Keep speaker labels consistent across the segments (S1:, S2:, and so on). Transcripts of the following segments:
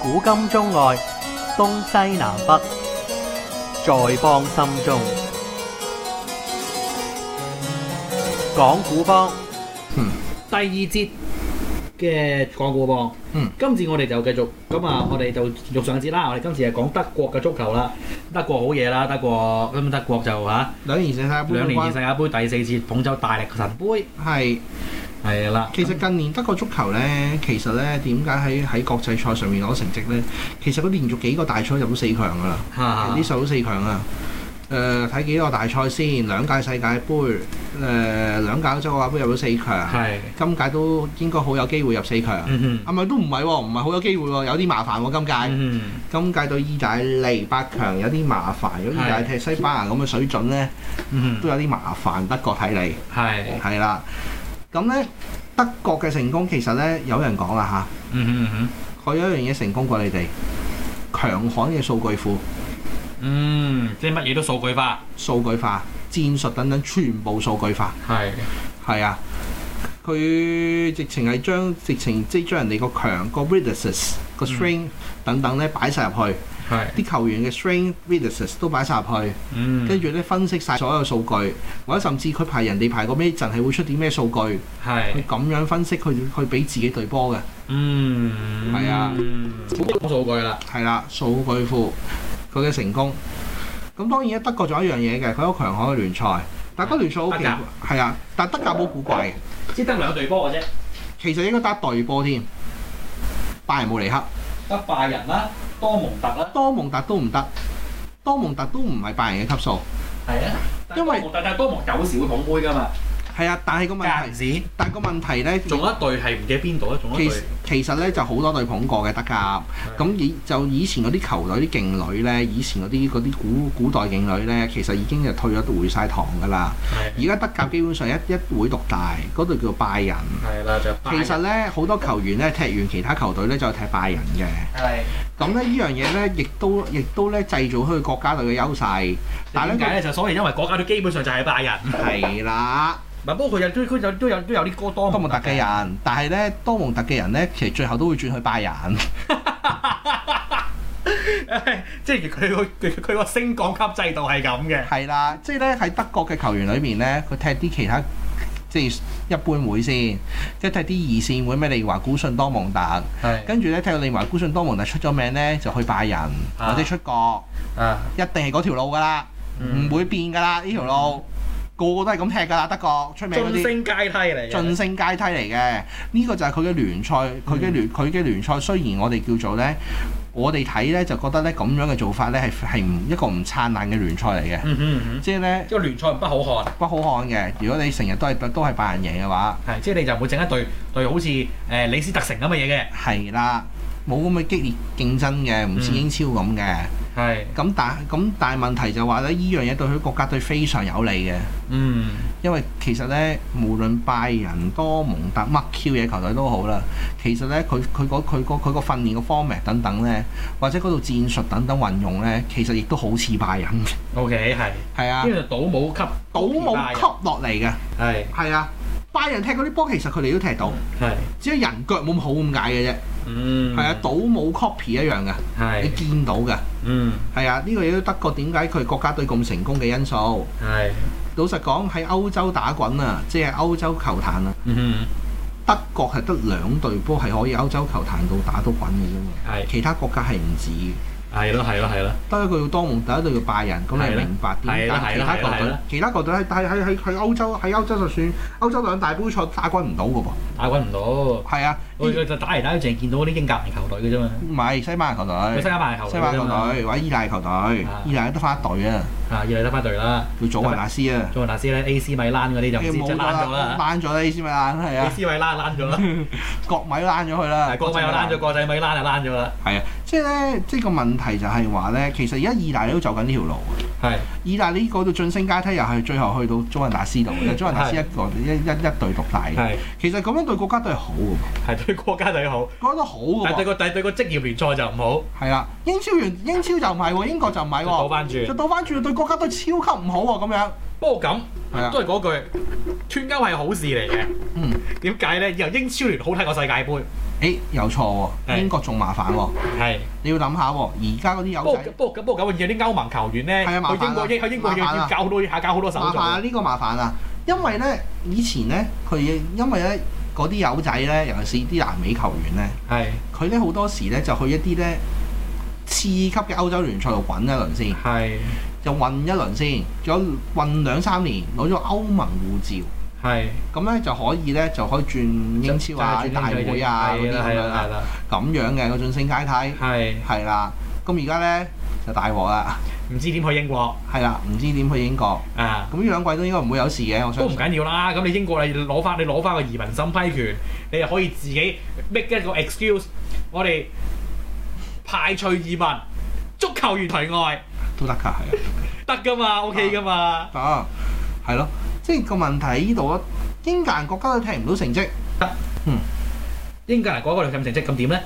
S1: 古今中外，東西南北，在邦心中。講古幫
S2: 第二節嘅講古噃，
S1: 嗯
S2: 今次我哋就繼續咁啊，我哋就續上節啦。我哋今次係講德國嘅足球啦，德國好嘢啦，德國咁德國就嚇
S3: 兩年世界盃
S2: 兩年二
S3: 冠
S2: 世
S3: 軍
S2: 界盃第四次捧走大力神杯，
S3: 係
S2: 係啦。
S3: 其實近年德國足球呢，其實呢點解喺喺國際賽上面攞成績呢？其實佢連續幾個大賽入到四強㗎啦，
S2: 嚇嚇
S3: 呢首都四強啊。誒睇、幾個大賽先，兩屆世界盃，誒、兩屆歐洲國家杯入到四強，
S2: 係
S3: 今屆都應該好有機會入四強。
S2: 嗯
S3: 啊咪都唔係喎，唔係好有機會喎，有啲麻煩喎今屆。
S2: 哼嗯
S3: 今屆對意大利八強有啲麻煩，如果意大利踢西班牙咁嘅水準呢，
S2: 哼嗯
S3: 都有啲麻煩。德國睇嚟
S2: 哼係
S3: 係啦，咁呢，德國嘅成功其實呢，有人講啦
S2: 嗯哼嗯哼
S3: 嚇，佢有一樣嘢成功過你哋，強悍嘅數據庫、
S2: 嗯，即係乜嘢都數據化
S3: 數據化、戰術等等，全部數據化。
S2: 係
S3: 係啊，佢直情係將直情即係將人哋個強個 weaknesses
S2: 嗯
S3: 個 strength 等等咧擺晒入去，
S2: 係
S3: 啲球員嘅 strength weaknesses 都擺晒入去，
S2: 嗯
S3: 跟住咧分析晒所有數據，或者甚至佢排人哋排個咩陣係會出啲咩數據，
S2: 係
S3: 佢咁樣分析佢佢俾自己隊波嘅，
S2: Ừ. 嗯
S3: 係啊
S2: 好講數據啦
S3: 係啦，數據庫佢嘅成功。咁當然咧，德國仲有一樣嘢嘅，佢有強悍嘅聯賽，但係嗰個聯賽好奇
S2: 德甲
S3: 係啊，但係德甲好古怪嘅。
S2: 只得兩隊波嘅啫，
S3: 其實應該打對波添，拜仁慕尼黑、
S2: 得拜仁啦，多蒙特啦。
S3: 多蒙特都唔得，多蒙特都唔係拜仁嘅級數。
S2: 係啊，
S3: 因為
S2: 但係多蒙有時會捧杯噶嘛，
S3: 係啊，但係個問題，
S2: 時
S3: 但係個問題咧，
S2: 仲有一隊係唔記得邊度咧，仲有一
S3: 其
S2: 隊
S3: 其實咧就好多隊捧過嘅德甲。咁以就以前嗰啲球隊啲勁旅咧，以前嗰啲嗰啲古古代勁旅咧，其實已經就退咗回晒堂㗎啦。而
S2: 係
S3: 家德甲基本上一一會獨大，嗰隊叫拜仁。
S2: 係啦，就
S3: 其實咧，好多球員咧踢完其他球隊咧就踢拜仁嘅。
S2: 係
S3: 咁咧呢樣嘢咧，亦都亦都咧製造佢國家隊嘅優勢。但係
S2: 點解
S3: 咧，
S2: 咧？就所以因為國家隊基本上就係拜仁，
S3: 係啦，
S2: 唔係不過佢有都佢有都有都有啲歌多
S3: 多蒙特嘅人，但係咧多蒙特嘅人咧，其實最後都會轉去拜 仁。
S2: 人， 即係佢個佢佢個升降級制度係咁嘅，
S3: 係啦，即係咧喺德國嘅球員裏面咧，佢踢啲其他即係一般會先，即係踢啲二線會咩利華古信多蒙特，
S2: 係
S3: 跟住咧踢到利華古信多蒙特出咗名咧，就去拜仁
S2: 啊
S3: 或者出國，
S2: 啊，
S3: 一定係嗰條路㗎啦，
S2: 嗯
S3: 唔會變㗎啦呢條路，個個都係咁踢㗎啦，德國出名嗰
S2: 晉
S3: 啲。
S2: 升階梯嚟嘅，
S3: 晉升階梯嚟嘅。呢、個就係佢嘅聯賽，佢
S2: 嗯
S3: 嘅聯佢嘅聯賽。雖然我哋叫做呢，我哋睇呢就覺得呢咁樣嘅做法呢係係唔一個唔燦爛嘅聯賽嚟嘅，
S2: 嗯哼嗯
S3: 即係呢
S2: 哼，個聯賽唔不好看。
S3: 不好看嘅。如果你成日都係都係拜仁贏嘅話，
S2: 係，即係你就唔會整一隊隊好似誒、呃李斯特城咁嘅嘢嘅，
S3: 係啦。冇咁嘅激烈競爭嘅，唔似
S2: 嗯
S3: 英超咁嘅。
S2: 係，
S3: 咁、但咁但係問題就話咧，呢樣嘢對佢國家隊非常有利嘅，
S2: 嗯，
S3: 因為其實呢，無論拜仁、多蒙特、乜 Q 嘢球隊都好啦，其實呢，佢佢嗰佢嗰佢個訓練嘅 format 等等呢，或者嗰度戰術等等運用呢，其實亦都好似拜仁，
S2: 嗯 OK 係。
S3: 係啊
S2: 呢，個就倒模級，
S3: 倒冇吸落嚟嘅，
S2: 係
S3: 係啊，拜仁踢嗰啲波其實佢哋都踢到，
S2: 係
S3: 只係人腳冇咁好咁解嘅啫，
S2: 嗯
S3: 係啊，倒冇 copy 一樣嘅，你
S2: 係
S3: 見到嘅，
S2: 嗯
S3: 係啊，呢個亦都德國點解佢國家隊咁成功嘅因素。
S2: 係
S3: 老實講喺歐洲打滾啊，即係歐洲球壇啊。
S2: 嗯
S3: 德國係得兩隊波係可以歐洲球壇度打到滾嘅啫嘛，
S2: 係
S3: 其他國家係唔止嘅。
S2: 係咯係咯係咯
S3: 得一個叫多蒙特，一隊叫拜仁，咁
S2: 係
S3: 你
S2: 啦
S3: 明白點
S2: 係啦
S3: 解
S2: 係
S3: 其
S2: 啦
S3: 他球
S2: 係啦係
S3: 隊其他球隊喺喺
S2: 啦
S3: 喺喺喺歐洲喺歐洲就算歐洲兩大杯賽打滾唔到嘅噃，
S2: 打滾唔到，
S3: 係啊，
S2: 我佢就打嚟打去，淨係見到嗰啲英格蘭球隊嘅啫嘛，
S3: 唔係西班牙球
S2: 佢西
S3: 隊，
S2: 班牙球
S3: 西
S2: 隊
S3: 班牙
S2: 啫
S3: 球
S2: 嘛，
S3: 隊或者意大利球隊
S2: 啊，
S3: 意大利得翻一隊啊，
S2: 啊，要嚟得翻隊啦，
S3: 叫祖雲達斯啊，
S2: 祖雲達斯咧 AC 米蘭嗰啲就唔知即係躝咗啦
S3: 躝咗啦，意思咪 躝係啊，
S2: ，AC 米蘭躝咗啦，
S3: 國米都躝咗佢啦，
S2: 國米又躝咗，國際米蘭又躝咗啦，
S3: 係啊，即係咧，即係個問題就係話咧，其實而家意大利都走緊呢條路。
S2: 係
S3: 意大利嗰度晉升階梯又係最後去到祖雲達斯度，祖雲達斯一個一一一隊獨大嘅。
S2: 係
S3: 其實咁樣對國家隊係好嘅喎，
S2: 係對國家隊好，
S3: 國家隊好
S2: 但係
S3: 嘅
S2: 對
S3: 喎。
S2: 個但係對個職業聯賽就唔好，
S3: 係啦，英超完英超就唔係喎，英國就唔係
S2: 就倒
S3: 喎，
S2: 翻轉
S3: 就。倒翻轉對國家隊超級唔好喎咁樣。
S2: 不過咁
S3: 係啊
S2: 都係嗰句，脱歐係好事嚟嘅。
S3: 嗯，
S2: 點解咧？以後英超聯好睇過世界盃，
S3: 誒、誒有錯喎，
S2: 係
S3: 英國仲麻煩喎，
S2: 係。
S3: 你要諗下喎，而家嗰啲
S2: 不
S3: 友
S2: 過
S3: 仔
S2: 不過不過咁有啲歐盟球員咧，
S3: 係啊麻煩
S2: 去英國
S3: 啊
S2: 英去英國要
S3: 麻煩
S2: 要
S3: 啊
S2: 教好多下教好哦多手
S3: 麻煩啊，
S2: 續。
S3: 呢個麻煩啊，因為咧以前咧佢因為咧嗰啲友仔咧，尤其是啲南美球員咧，
S2: 係
S3: 佢咧好多時咧就去一啲咧次級嘅歐洲聯賽度滾一輪先，
S2: 係
S3: 就混一輪先，仲有混兩三年攞咗歐盟護照。
S2: 係。
S3: 咁咧就可以咧就可以轉英超啊、大會啊嗰啲
S2: 係啦
S3: 咁
S2: 係
S3: 樣
S2: 啦係
S3: 啊，
S2: 啦
S3: 咁樣嘅個晉升階梯
S2: 係。
S3: 係啦。咁而家咧就大鑊啦，
S2: 唔知點去英國
S3: 係啦，唔知點去英國。
S2: 啊？
S3: 咁呢兩季都應該唔會有事嘅，我
S2: 都
S3: 相
S2: 唔
S3: 信。
S2: 緊要啦，咁你英國你攞翻你攞翻個移民審批權，你就可以自己 make 一個 excuse，我哋排除移民，足球員除外，
S3: 都得㗎，係啊，
S2: 得噶嘛，OK 噶嘛，
S3: 得啊，係咯。即係個問題喺呢度啊，英格蘭國家都踢唔到成績。
S2: 英格蘭嗰個咁成績咁點咧？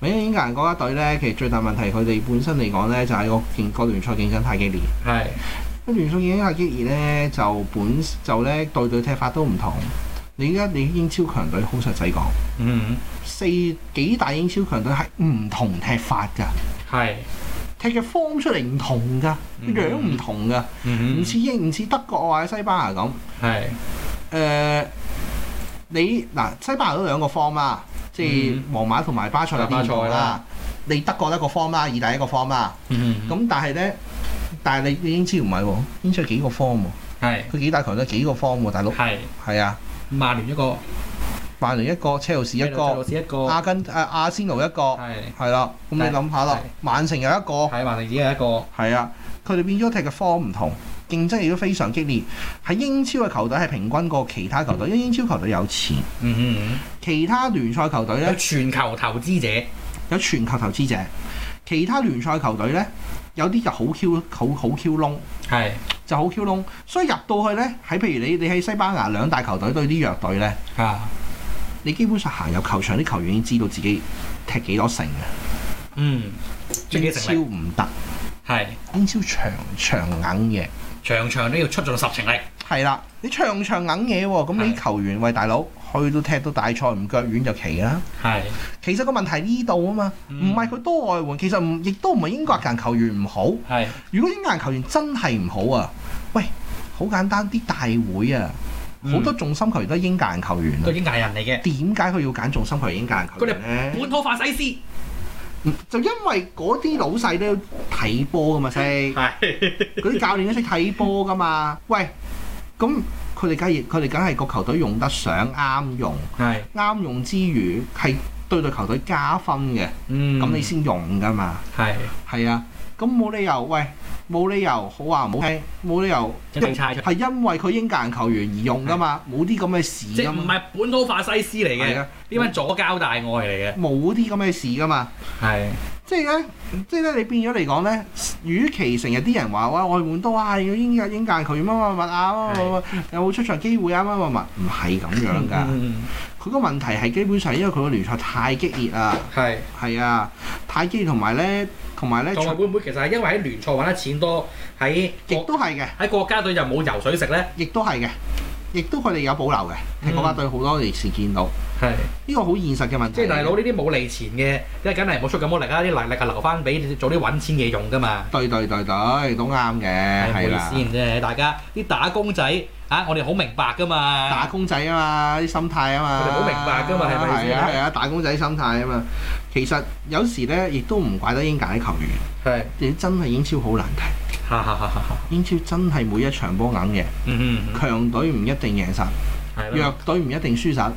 S3: 美英格蘭國家隊咧，其實最大問題佢哋本身嚟講咧，就係個競個聯賽競爭太激烈。
S2: 係
S3: 跟住中影下激烈咧，就本就咧對對踢法都唔同。你而家你英超強隊好實際講，
S2: 嗯
S3: 四幾大英超強隊係唔同踢法㗎，
S2: 係
S3: 踢嘅方出嚟唔同㗎，
S2: 嗯
S3: 樣唔同㗎，
S2: 嗯
S3: 唔似英唔似德國啊或者西班牙咁。誒、
S2: 係
S3: 你嗱西班牙都兩個 form 啦，即係
S2: 嗯
S3: 皇馬同埋巴塞有啲唔同
S2: 巴塞啦
S3: 啦。你德國一個 form 啦，意大利一個 form 啦。
S2: 嗯
S3: 咁但係咧，但係你你英超唔係喎，英超有幾個 form 喎，
S2: 係
S3: 佢幾大強隊幾個 form 喎，大佬。
S2: 係
S3: 係啊，
S2: 曼聯一個
S3: 曼聯一個，車啊路士一個，
S2: 一個
S3: 阿根誒阿仙奴一個，
S2: 係
S3: 係啦。咁你
S2: 係
S3: 諗下啦
S2: 係，
S3: 曼城有一個，
S2: 係曼聯只係一個
S3: 係啊，佢哋變咗踢嘅方唔同，競爭亦都非常激烈。喺英超嘅球隊係平均過其他球隊，因為英超球隊有錢，
S2: 嗯
S3: 其他聯賽球隊
S2: 有
S3: 呢，
S2: 全球投資者
S3: 有全球投資者，其他聯賽球隊呢，有啲就好 Q 好好 Q 窿。
S2: 係
S3: 就好 Q 窿，所以入到去呢，喺譬如你你喺西班牙兩大球隊對啲弱隊呢，
S2: 啊
S3: 你基本上行入球場啲球員已經知道自己踢幾多成嘅。
S2: 嗯，最
S3: 英
S2: 基
S3: 超
S2: 成力
S3: 唔得，
S2: 係。
S3: 英超長長硬嘢，
S2: 場場都要出盡十情力，
S3: 係啦，你長長硬嘢喎，咁你
S2: 係
S3: 啲球員喂大佬去到踢到大賽唔腳軟就奇啦。
S2: 係
S3: 其實個問題呢度啊嘛，
S2: 嗯
S3: 唔係佢多外援，其實唔亦都唔係英國人球員唔好。
S2: 係
S3: 如果英格蘭球員真係唔好啊，喂，好簡單啲大會啊，
S2: 嗯
S3: 好多重心球員都係英格蘭球員啊
S2: 都。英格蘭人嚟嘅，
S3: 點解佢要揀重心球員英格蘭球員咧？
S2: 本土法西斯
S3: 嗯就因為嗰啲老細都要睇波噶嘛， 識嗰
S2: 係
S3: 啲教練都識睇波噶嘛。喂，咁佢哋梗係佢哋梗係個球隊用得上啱用，
S2: 係
S3: 啱用之餘係對隊球隊加分嘅，
S2: 嗯
S3: 咁你先用噶嘛。
S2: 係
S3: 係啊，咁冇理由喂，冇理由好話唔好聽，冇理由
S2: 一定差出
S3: 係因為佢英格蘭球員而用噶嘛，冇啲咁嘅事
S2: 即係
S3: 噶
S2: 唔
S3: 嘛，
S2: 係本土法西斯嚟
S3: 係
S2: 嘅
S3: 啊，
S2: 呢班左交大愛嚟嘅，
S3: 冇啲咁嘅事噶嘛。
S2: 係
S3: 即係咧，即係咧，你變咗嚟講咧，與其成日啲人話哇外援都啊，要英格英格蘭球員乜乜乜啊，乜乜乜有冇出場機會啊，乜乜乜，唔係咁樣㗎。
S2: 嗯
S3: 佢個問題係基本上因為佢個聯賽太激烈啊，
S2: 嗯係。
S3: 係啊，太激烈同埋咧，同埋咧，
S2: 仲係會唔會其實係因為喺聯賽揾得錢多，喺
S3: 亦
S2: 國
S3: 都係嘅，
S2: 喺國家隊就冇游水食咧？
S3: 亦都係嘅，亦都佢哋有保留嘅。
S2: 嗯
S3: 係國家隊好多歷時見到
S2: 係
S3: 呢個好現實嘅問題。
S2: 即係大佬呢啲冇利錢嘅，即係梗係冇出咁多力啦，啲能力係留翻俾做啲揾錢嘢用㗎嘛。
S3: 對對對對，都啱嘅，係啦。
S2: 先啫，大家啲打工仔啊，我哋好明白㗎嘛。
S3: 打工仔啊嘛，啲心態啊嘛，
S2: 佢哋好明白㗎嘛係咪先
S3: 係啊係啊，打工仔心態啊嘛。其實有時咧，亦都唔怪得英格蘭啲球員，
S2: 係，
S3: 你真係英超好難踢，
S2: 哈哈哈哈哈。
S3: 英超真係每一場波硬嘅，
S2: 嗯嗯，
S3: 強隊唔一定贏實，
S2: 係
S3: 弱隊唔一定輸實。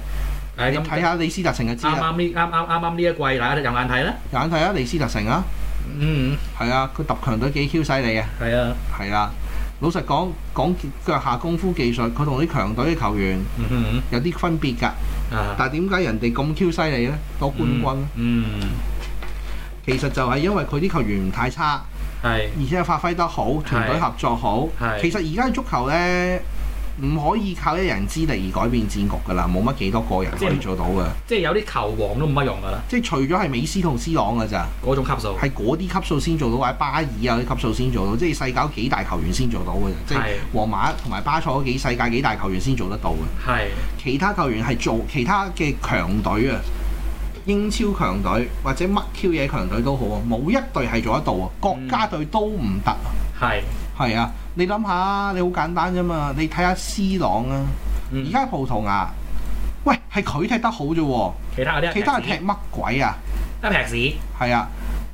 S2: 係
S3: 你
S2: 咁
S3: 睇啊下李斯特城就知
S2: 啱
S3: 啦，
S2: 啱呢啱啱啱啱呢一季，大家有眼睇啦。
S3: 有眼睇下李斯特城啊，
S2: 嗯，
S3: 係啊，佢揼強隊幾 Q 犀利啊，
S2: 係啊，
S3: 係啦。老實講，講腳下功夫技術，佢同啲強隊嘅球員
S2: 嗯嗯
S3: 有啲分別㗎。
S2: 嗯啊，
S3: 但係點解人哋咁 Q 犀利呢？攞冠軍呢
S2: 嗯，
S3: 其實就係因為佢啲球員唔太差，
S2: 嗯係
S3: 而且發揮得好，團隊合作好。
S2: 係
S3: 其實而家足球呢，唔可以靠一人之力而改變戰局㗎啦，冇乜幾多個人可以做到㗎。
S2: 即係有啲球王都冇乜用㗎啦，
S3: 即係除咗係美斯同斯朗㗎咋，
S2: 嗰種級數
S3: 係嗰啲級數先做到，或者巴爾啊啲級數先做到，即係世界幾大球員先做到㗎咋。即係
S2: 係
S3: 皇馬同埋巴塞嗰幾世界幾大球員先做得到嘅，
S2: 係
S3: 其他球員係做其他嘅強隊啊，英超強隊或者乜 Q 嘢強隊都好啊，冇一隊係做得到啊，國家隊都唔得啊。
S2: 係，
S3: 係啊，你諗下，你好簡單啫嘛，你睇下 C 朗啊，而
S2: 嗯，
S3: 家葡萄牙，喂係佢踢得好啫喎，
S2: 其他嗰啲
S3: 其他人踢
S2: 踢
S3: 乜鬼啊？
S2: 一劈屎，
S3: 係啊，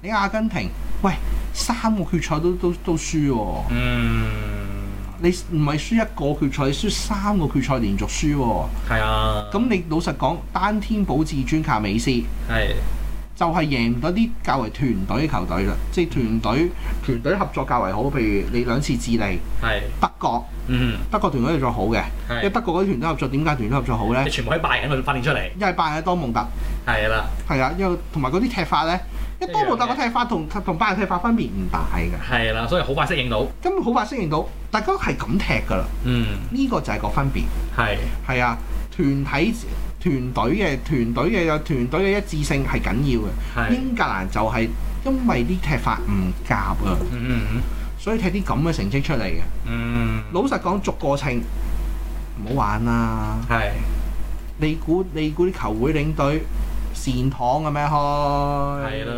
S3: 你阿根廷，喂三個決賽都都都輸喎、
S2: 嗯，
S3: 你唔係輸一個決賽，你輸三個決賽連續輸喎、
S2: 係啊，
S3: 咁你老實講，單天保至尊靠美斯，
S2: 係
S3: 就係贏唔到啲較為團隊嘅球隊啦，即係團隊團隊合作較為好。譬如你兩次智利、
S2: 係，
S3: 德國，
S2: 嗯，
S3: 德國團隊合作好嘅，因為
S2: 係，
S3: 德國嗰啲團隊合作點解團隊合作好呢
S2: 你？全部喺拜仁嗰度訓練出嚟，
S3: 因為拜仁多蒙特
S2: 係啦，
S3: 係啊，因為同埋嗰啲踢法呢，因為多蒙特
S2: 一樣
S3: 嘅
S2: 嘅
S3: 踢法同同拜仁踢法分別唔大嘅，
S2: 係啦，所以好快適應到，
S3: 咁好快適應到，大家都係咁踢㗎啦。
S2: 嗯，
S3: 呢、個就係個分別。
S2: 係，
S3: 係啊，團體團隊嘅團隊嘅有團隊嘅一致性係緊要嘅。
S2: 係，
S3: 英格蘭就係因為啲踢法唔夾啊，
S2: 嗯
S3: 所以踢啲咁嘅成績出嚟嘅。
S2: 嗯，
S3: 老實講，逐個稱唔好玩啦！
S2: 係，
S3: 你估你估啲球會領隊善堂嘅咩開？
S2: 係啦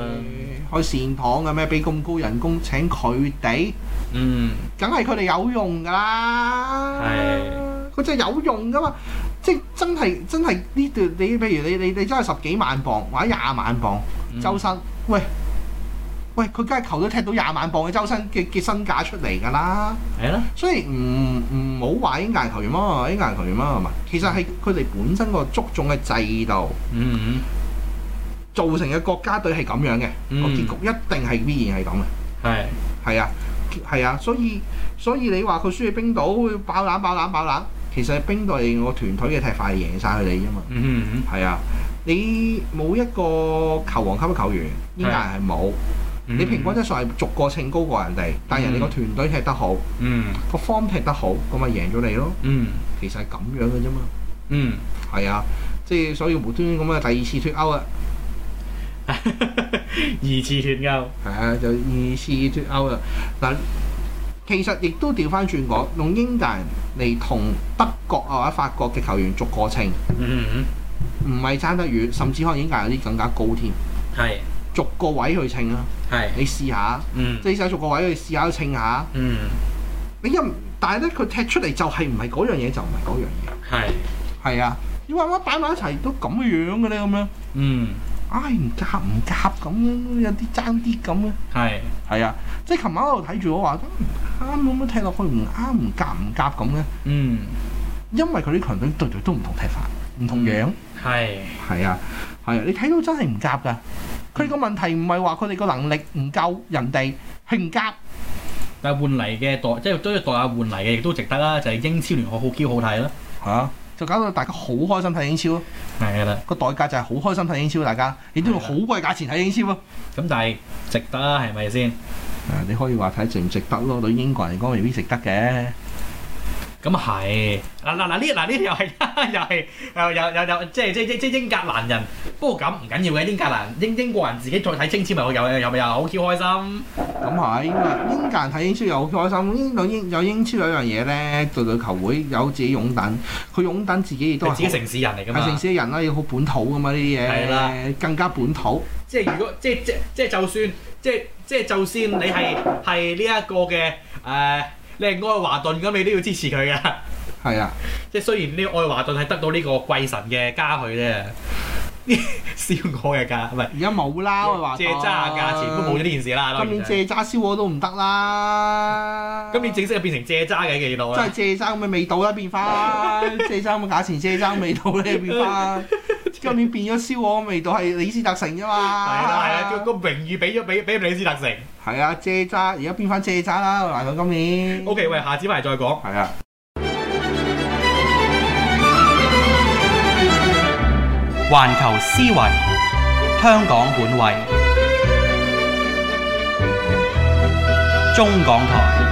S3: 開善堂嘅咩？俾咁高人工請佢哋，
S2: 嗯，
S3: 梗係佢哋有用㗎啦。
S2: 係
S3: 佢真係有用㗎嘛？即係真係真係呢段你譬如你你你真係十幾萬磅或者廿萬磅。
S2: 嗯
S3: 周，身，喂喂，佢梗係球隊踢到廿萬磅嘅周身嘅嘅身價出嚟㗎啦，
S2: 係啦，
S3: 所以唔唔好話英格蘭球員啊，英格蘭球員啊，係嘛？其實係佢哋本身個足種嘅制度
S2: 嗯，
S3: 造成嘅國家隊係咁樣嘅，
S2: 嗯
S3: 個結局一定係必然係咁嘅，
S2: 係，
S3: 係啊係啊，所以所以你話佢輸俾冰島爆冷爆冷爆冷，其實冰島係我團隊嘅踢法係贏晒佢哋啫嘛，
S2: 嗯，
S3: 係啊，你冇一個球王級嘅球員，英格蘭係冇。
S2: 嗯
S3: 你平均質素係逐個稱高過人哋，但係人哋個團隊踢得好，
S2: 嗯，
S3: 個 form 踢得好，咁咪贏咗你咯。
S2: 嗯，
S3: 其實係咁樣嘅啫嘛。
S2: 嗯。
S3: 係啊，即係所以無端端咁啊，第二次脱歐啊，
S2: 二次脱歐，
S3: 係啊，就二次脱歐啊。嗱，其實亦都調翻轉講，用英格蘭嚟同德國啊或者法國嘅球員逐個稱，
S2: 嗯，
S3: 唔係爭得遠，甚至可能英格蘭有啲更加高添，
S2: 係
S3: 逐個位去稱啦。
S2: 係，
S3: 你試下，
S2: 嗯
S3: 即係想逐個位去試下稱下。
S2: 嗯
S3: 你又唔但係咧，佢踢出嚟就係唔係嗰樣嘢，就唔係嗰樣嘢。
S2: 係，
S3: 係啊，你話乜擺埋一齊都咁嘅樣嘅咧，咁樣，
S2: 嗯
S3: 唉唔夾唔夾咁樣，有啲爭啲咁嘅。
S2: 係，
S3: 係啊，即係琴晚我喺度睇住我話都唔啱咁樣踢落去，唔啱唔夾唔夾咁嘅，
S2: 嗯
S3: 因為佢啲強隊隊隊都唔同踢法，唔同樣。
S2: 係，
S3: 係啊，係啊，你睇到真係唔夾㗎。佢個問題唔係話佢哋個能力唔夠人哋，係唔夾。
S2: 但係換嚟嘅代，即係都要代下換嚟嘅，亦都值得啦，就係英超聯好好 Q 好睇啦，
S3: 嚇、就搞到大家好開心睇英超咯，
S2: 係啦，
S3: 個代價就係好開心睇英超，大家你都用好貴價錢睇英超啊！
S2: 咁但係值得啦，係咪先？
S3: 啊，你可以話睇值唔值得咯，對英國人嚟講未必值得嘅。
S2: 咁啊係，嗱嗱嗱呢嗱呢又係 又係又又又又即係即係即係英格蘭人，不過咁唔緊要嘅，英格蘭英英國人自己再睇英超咪好又又又又好 Q 開心，
S3: 咁係，因為英格蘭睇英超又好開心。英有英有英超有一樣嘢咧，對隊球會有自己擁躉，佢擁躉自己亦都
S2: 佢
S3: 係
S2: 自己城市人嚟㗎
S3: 係城
S2: 嘛。
S3: 市嘅人啦，要好本土噶嘛呢啲
S2: 係啦
S3: 嘢，更加本土。
S2: 即係如果即係即係即係就算即係即係就算你係係呢一個嘅誒、呃你係愛華頓咁，你都要支持佢嘅。
S3: 係啊，
S2: 即係雖然呢個愛華頓係得到呢個貴神嘅嘉許啫，呢燒我嘅價，唔係
S3: 而家冇啦，我話
S2: 借渣嘅價錢都冇咗呢件事啦。當
S3: 今年
S2: 然就係
S3: 借渣燒鵝都唔得啦。
S2: 今年正式就變成借渣嘅嘅度
S3: 真
S2: 啦
S3: 係，借渣咁嘅味道啦，變翻借渣咁嘅價錢，借渣咁嘅味道咧變翻。今年變咗燒鵝嘅味道係李斯特城啫
S2: 係
S3: 嘛。
S2: 啦係啦，個個榮譽俾咗俾俾李斯特城。
S3: 係啊，借渣，而家變翻借渣啦，難到今年。
S2: OK，喂，下次翻嚟再講。
S3: 係啊。
S1: 環球思維，香港本位，中港台。